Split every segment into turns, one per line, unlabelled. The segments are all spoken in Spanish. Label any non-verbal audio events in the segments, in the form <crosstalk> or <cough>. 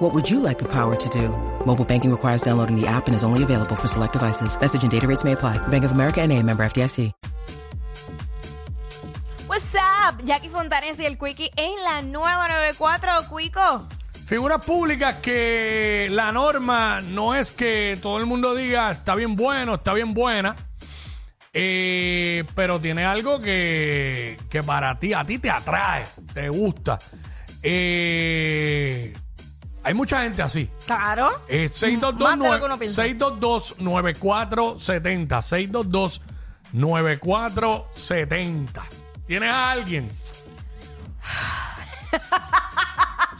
What would you like the power to do? Mobile banking requires downloading the app and is only available for select devices. Message and data rates may apply. Bank of America and a member FDIC.
What's up? Jackie Fontanes y el Quickie en la nueva 94, Cuico.
Figuras públicas que la norma no es que todo el mundo diga está bien bueno, está bien buena, eh, pero tiene algo que, que para ti, a ti te atrae, te gusta. Eh, hay mucha gente así.
Claro.
Eh,
Más de lo que uno piensa.
622-9470. 622-9470. ¿Tienes a alguien?
<laughs>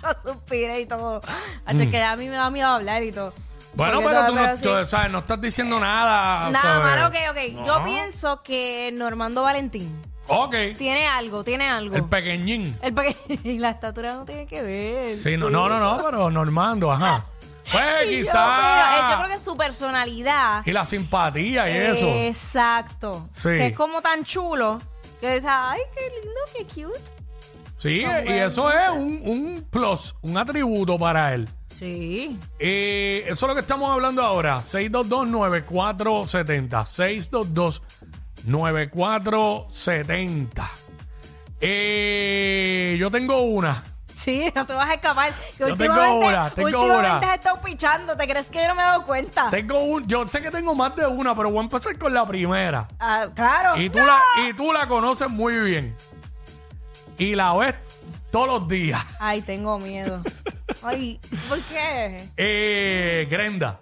Yo suspiré y todo. Hacho, es que a mí me da miedo hablar y todo.
Mm. Bueno,
Porque
pero
todo-
tú no,
sí.
tú, sabes, no estás diciendo nada.
Nada
¿sabes?
malo, ok, ok. Yo
No.
pienso que Normando Valentín
Ok.
tiene algo, tiene algo.
El pequeñín.
El <laughs> peque- la estatura no tiene que ver.
Sí, no, no, no, no, pero Normando,
<laughs>
ajá. Pues
Yo,
quizás.
creo- eh, yo creo que su personalidad.
Y la simpatía y eso.
Exacto.
Sí.
Que es como tan chulo que dices, ay, qué lindo, qué cute.
Sí, y eso es un, un plus, un atributo para él.
Sí.
Eh, eso es lo que estamos hablando ahora. 622-9470. 622-9470. Eh, yo tengo una.
Sí, <laughs> no te vas a escapar. Que
Yo tengo
últimamente-
una, tengo
últimamente
una.
has estado pichando, ¿te crees que yo no me he dado cuenta?
Tengo un, yo sé que tengo más de una, pero voy a empezar con la primera.
Ah, claro.
Y tú,
No.
la, y tú la conoces muy bien. Y la ves todos los días.
Ay, tengo
<laughs>
miedo. Ay, ¿por qué?
Eh, Grenda,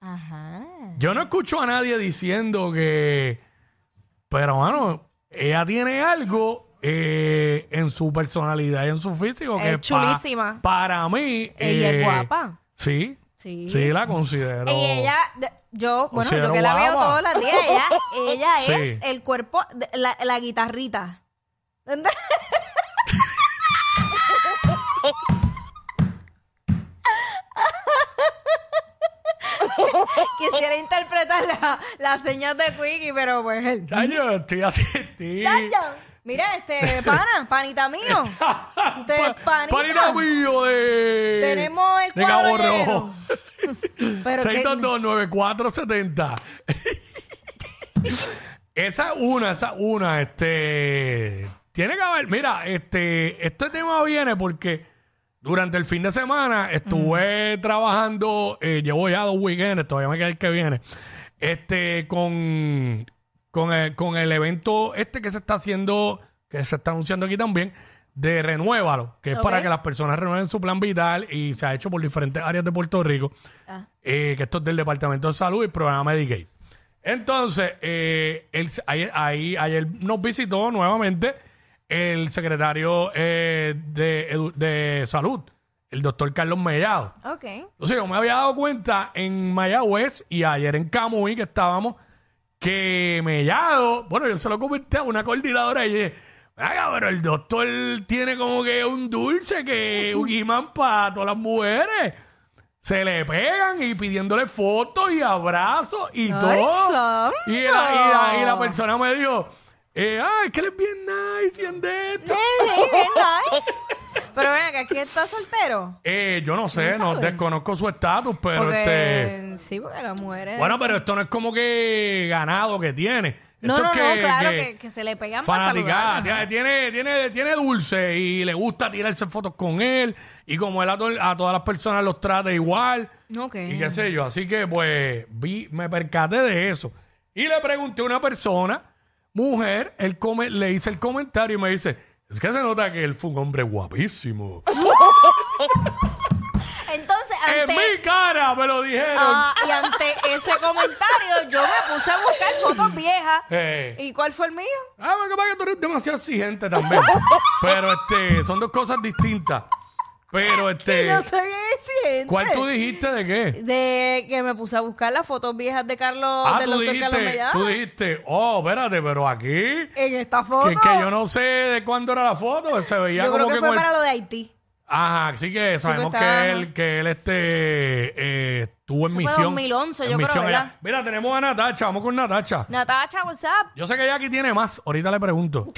Ajá.
yo no escucho a nadie diciendo que. Pero, mano, ella tiene algo eh, en su personalidad y en su físico que
Es
pa-
chulísima.
para mí.
Ella es
eh,
guapa.
Sí.
Sí.
Sí, la considero.
Y ella, de- yo, bueno,
Considero
yo que la veo
guapa.
todos los días,
<laughs>
ella, ella
Sí.
es el cuerpo, de- la, la guitarrita. ¿Entendés? <laughs> Quisiera interpretar la- las señas de Quickie, pero pues el...
Ya yo estoy así. estoy-
¡Chacho! Mira, este, pana, panita
<laughs>
mío. Te- panita.
Panita mío de.
Tenemos el
de
cuadro
Cabo
lleno.
Rojo.
Pero que-
6229470. esa es una, esa es una, este tiene que haber, mira, este este tema viene porque durante el fin de semana estuve trabajando, eh, llevo ya dos weekends, todavía me queda el que viene. Este con con el, con el evento este que se está haciendo, que se está anunciando aquí también, de Renuévalo, que es para
Ok.
que las personas renueven su plan vital y se ha hecho por diferentes áreas de Puerto Rico, eh, que esto es del Departamento de Salud y el programa Medicaid. Entonces, eh, él se- ayer, ahí- ayer nos visitó nuevamente el secretario eh, de, Edu- de Salud, el doctor Carlos Mellado.
Ok.
Entonces yo me había dado cuenta en Mayagüez y ayer en Camuy que estábamos que Mellado, bueno, yo se lo comenté a una coordinadora y dije, venga, pero el doctor tiene como que un dulce
<laughs>
que un imán para todas las mujeres. Se le pegan y pidiéndole fotos y abrazos y
¡Ay,
todo.
santo!
Y la, y la- y la persona me dijo, eh, ah, es que él es bien nice, bien de esto.
Sí, <laughs> sí, bien nice. Pero ven acá, ¿aquí está soltero?
Eh, yo no sé,
¿No
no,
sabes?
desconozco su estatus, pero este...
Porque, sí, porque las mujeres...
Bueno, pero esto no es como que ganado que tiene.
no,
esto
no,
es que,
no, claro,
que
que, que se le pegan para
fanaticada.
saludarla.
Tiene- Tiene, tiene, tiene dulce y le gusta tirarse fotos con él. Y como él a, to- a todas las personas los trata igual.
Ok.
Y qué sé yo. Así que, pues, vi, me percaté de eso. Y le pregunté a una persona, mujer, él come, le hice el comentario y me dice: Es que se nota que él fue un hombre guapísimo.
Entonces,
¡En
ante,
mi cara! Me lo dijeron.
ah, y ante ese comentario, yo me puse a buscar fotos viejas.
<laughs> Eh.
¿Y cuál fue el mío?
Ah, lo que pasa es que tú eres demasiado exigente también. Pero este, son dos cosas distintas. Pero
Que
este,
no soy bien gente.
¿Cuál tú dijiste de qué?
De que me puse a buscar las fotos viejas de Carlos,
Ah,
del
tú
doctor Carlos
dijiste,
Mellado.
tú dijiste, oh, espérate, pero aquí,
En esta foto.
que, que yo no sé de cuándo era la foto, pues, se veía
Yo
como
creo que
que
fue
con el-
para lo de Haití.
Ajá, así que sabemos
estaba-
que él, que él este, eh, estuvo en
Eso fue
misión.
2011,
en
yo creo,
misión allá.
¿verdad?
Mira, tenemos a Natacha, vamos con Natacha.
Natacha, what's up?
Yo sé que ella aquí tiene más, ahorita
<laughs>
le pregunto.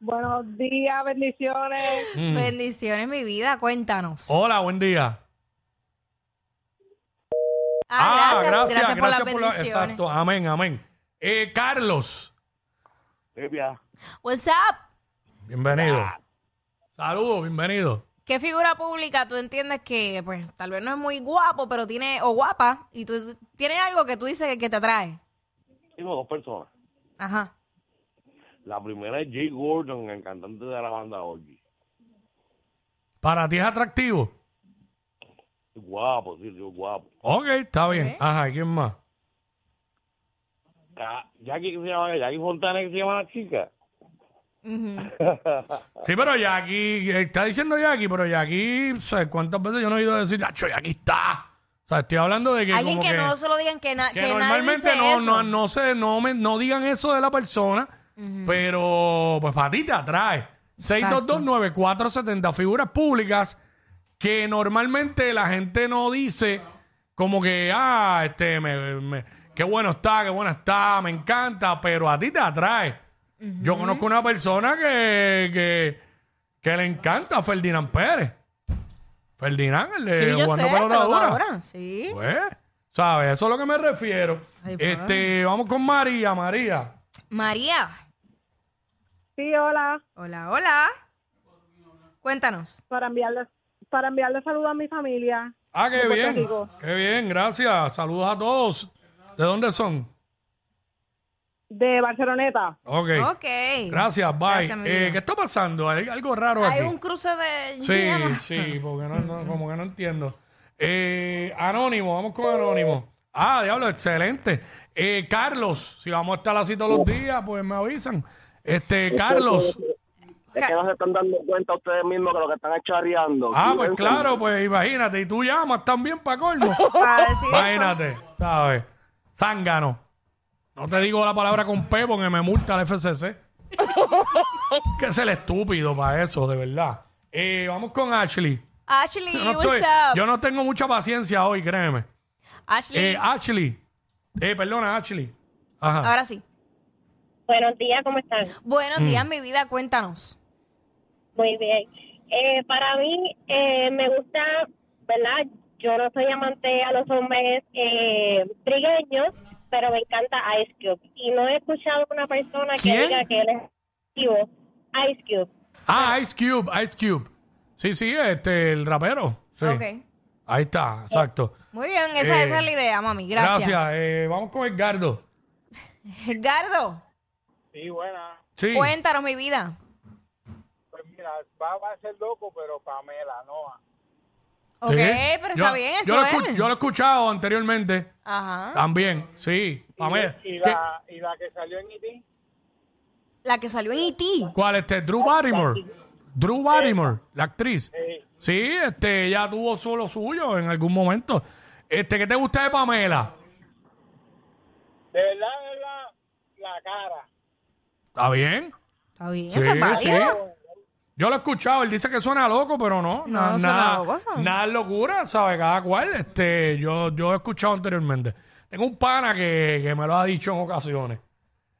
Buenos días, bendiciones.
Mm.
Bendiciones, mi vida, cuéntanos.
Hola, buen día.
ah, gracias, gracias, por las
por la-
bendiciones.
Exacto, amén, amén. Eh, Carlos,
Eh,
what's up?
bienvenido. Saludos, bienvenido.
¿Qué figura pública tú entiendes que, pues, tal vez no es muy guapo, pero tiene, o guapa, y tú tienes algo que tú dices que, que te atrae?
Tengo dos personas.
Ajá.
La primera es Jay Gordon, el cantante de la banda Orgy.
¿Para ti es atractivo?
Guapo, sí, sí, guapo.
Ok, está bien. Ajá, ¿y quién más?
Ca- Jackie, ¿qué se llama? Jackie Fontana, que se llama la chica.
Sí, pero Jackie, eh, está diciendo Jackie, pero Jackie, ¿sabes cuántas veces yo no he oído decir, Nacho, Jackie está? O sea, estoy hablando de que
Alguien
como
que,
que,
no se lo digan que, na-
que
que nadie
normalmente
dice
no,
eso.
no, no sé, no, me, no digan eso de la persona, pero pues para ti te atrae. 6229470, figuras públicas que normalmente la gente no dice como que, ah, este, me- me- qué bueno está, qué buena está, me encanta, pero a ti te atrae. Yo conozco una persona que, que, que le encanta a Ferdinand Pérez. Ferdinand, el eh, de
Sí, yo sé,
jugando pelota dura.
pelotadora, sí.
Pues, ¿sabes? Eso es lo que me refiero.
Ay, pa.
este, vamos con María, María.
María.
Sí, hola.
Hola, hola. Cuéntanos.
Para enviarles para enviarle saludos a mi familia.
Ah, qué
De Puerto
bien.
Rico.
Qué bien, gracias. Saludos a todos. ¿De dónde son?
De Barceloneta.
Ok.
Ok.
Gracias, bye.
Gracias, mi
Eh,
vida.
¿Qué está pasando? Hay algo raro
Hay
aquí.
un cruce de...
Sí, sí, porque no, no- como que no entiendo. Eh, anónimo, vamos con Anónimo. Ah, diablo, excelente. Eh, Carlos, si vamos a estar así todos los días, pues me avisan. Este, Carlos.
Es que no se están dando cuenta ustedes mismos que lo que están charreando.
Ah, pues claro, pues imagínate. Y tú llamas también para colmo.
<laughs> Para decir eso.
Imagínate, ¿sabes? Zángano. No te digo la palabra con P porque me multa el
<laughs>
FCC. que es el estúpido para eso, de verdad. Eh, vamos con Ashley.
Ashley,
Yo no,
what's
estoy-
up?
yo no tengo mucha paciencia hoy, créeme.
Ashley,
Eh, Ashley. Eh, perdona, Ashley. Ajá.
ahora sí.
Buenos días, ¿cómo están?
Buenos
Mm.
días, mi vida, cuéntanos.
Muy bien. Eh, para mí, eh, me gusta, ¿verdad? Yo no soy amante a los hombres eh, trigueños, pero me encanta Ice Cube. Y no he escuchado a una persona
¿Quién?
que diga que él es activo. Ice Cube.
Ah, Ice Cube, Ice Cube. Sí, sí, este, el rapero. Sí.
Ok.
Ahí está, exacto.
Muy bien, esa,
Eh,
esa es la idea, mami. Gracias.
Eh, vamos con Edgardo.
Edgardo,
Sí, buena.
Sí.
cuéntanos mi vida.
Pues mira, va, va a ser loco, pero Pamela, Noa.
Ok,
Sí.
pero está
Yo-
bien,
yo
eso
lo,
es.
escu- yo lo he escuchado anteriormente.
Ajá.
También, sí. Pamela.
Y,
¿Qué-
la, y la que salió en E IT.
La que salió en E E.T.
¿Cuál este? Drew Barrymore. Drew Barrymore, la actriz. Sí, este, ella tuvo solo suyo en algún momento. Este, ¿qué te gusta de Pamela?
De verdad, de verdad, la cara.
¿Está bien?
Está bien,
Sí,
eso es
sí.
válido.
Yo lo he escuchado, él dice que suena loco, pero no, na-
No, suena
nada,
loco, eso.
nada es locura, ¿sabes? Cada cual, este, yo, yo he escuchado anteriormente. Tengo un pana que, que me lo ha dicho en ocasiones.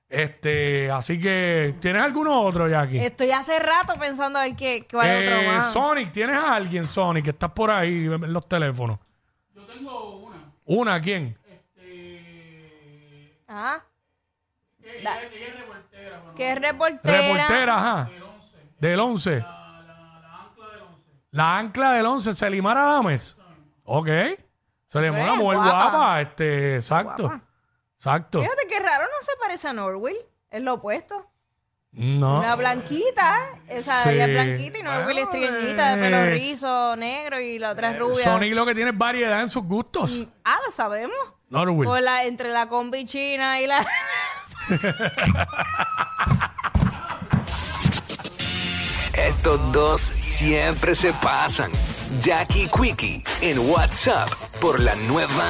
Este, así que, ¿tienes alguno otro, Jackie?
Estoy hace rato pensando a ver qué, cuál es otro
Eh,
más.
Sonic, ¿tienes a alguien, Sonic, que estás por ahí en los teléfonos? Yo tengo una. ¿Una quién?
Ajá. Da- Que es reportera.
Reportera, ajá. Del 11. La ancla del 11. Selimar Adames. Ok. Selimar,
Hombre,
una mujer
guapa.
guapa. este, exacto. Exacto.
Fíjate qué raro, no se parece a Norwell. Es lo opuesto.
No.
Una blanquita, esa
Sí.
ella es blanquita y Norwell es
Ah,
trigueñita, de
eh.
pelo rizo, negro y la otra es rubia.
Sonic lo que tiene es variedad en sus gustos.
Ah, lo sabemos.
Norwin.
Por la, entre la combi china y la...
Estos dos siempre se pasan. Jackie Quickie en WhatsApp por la nueva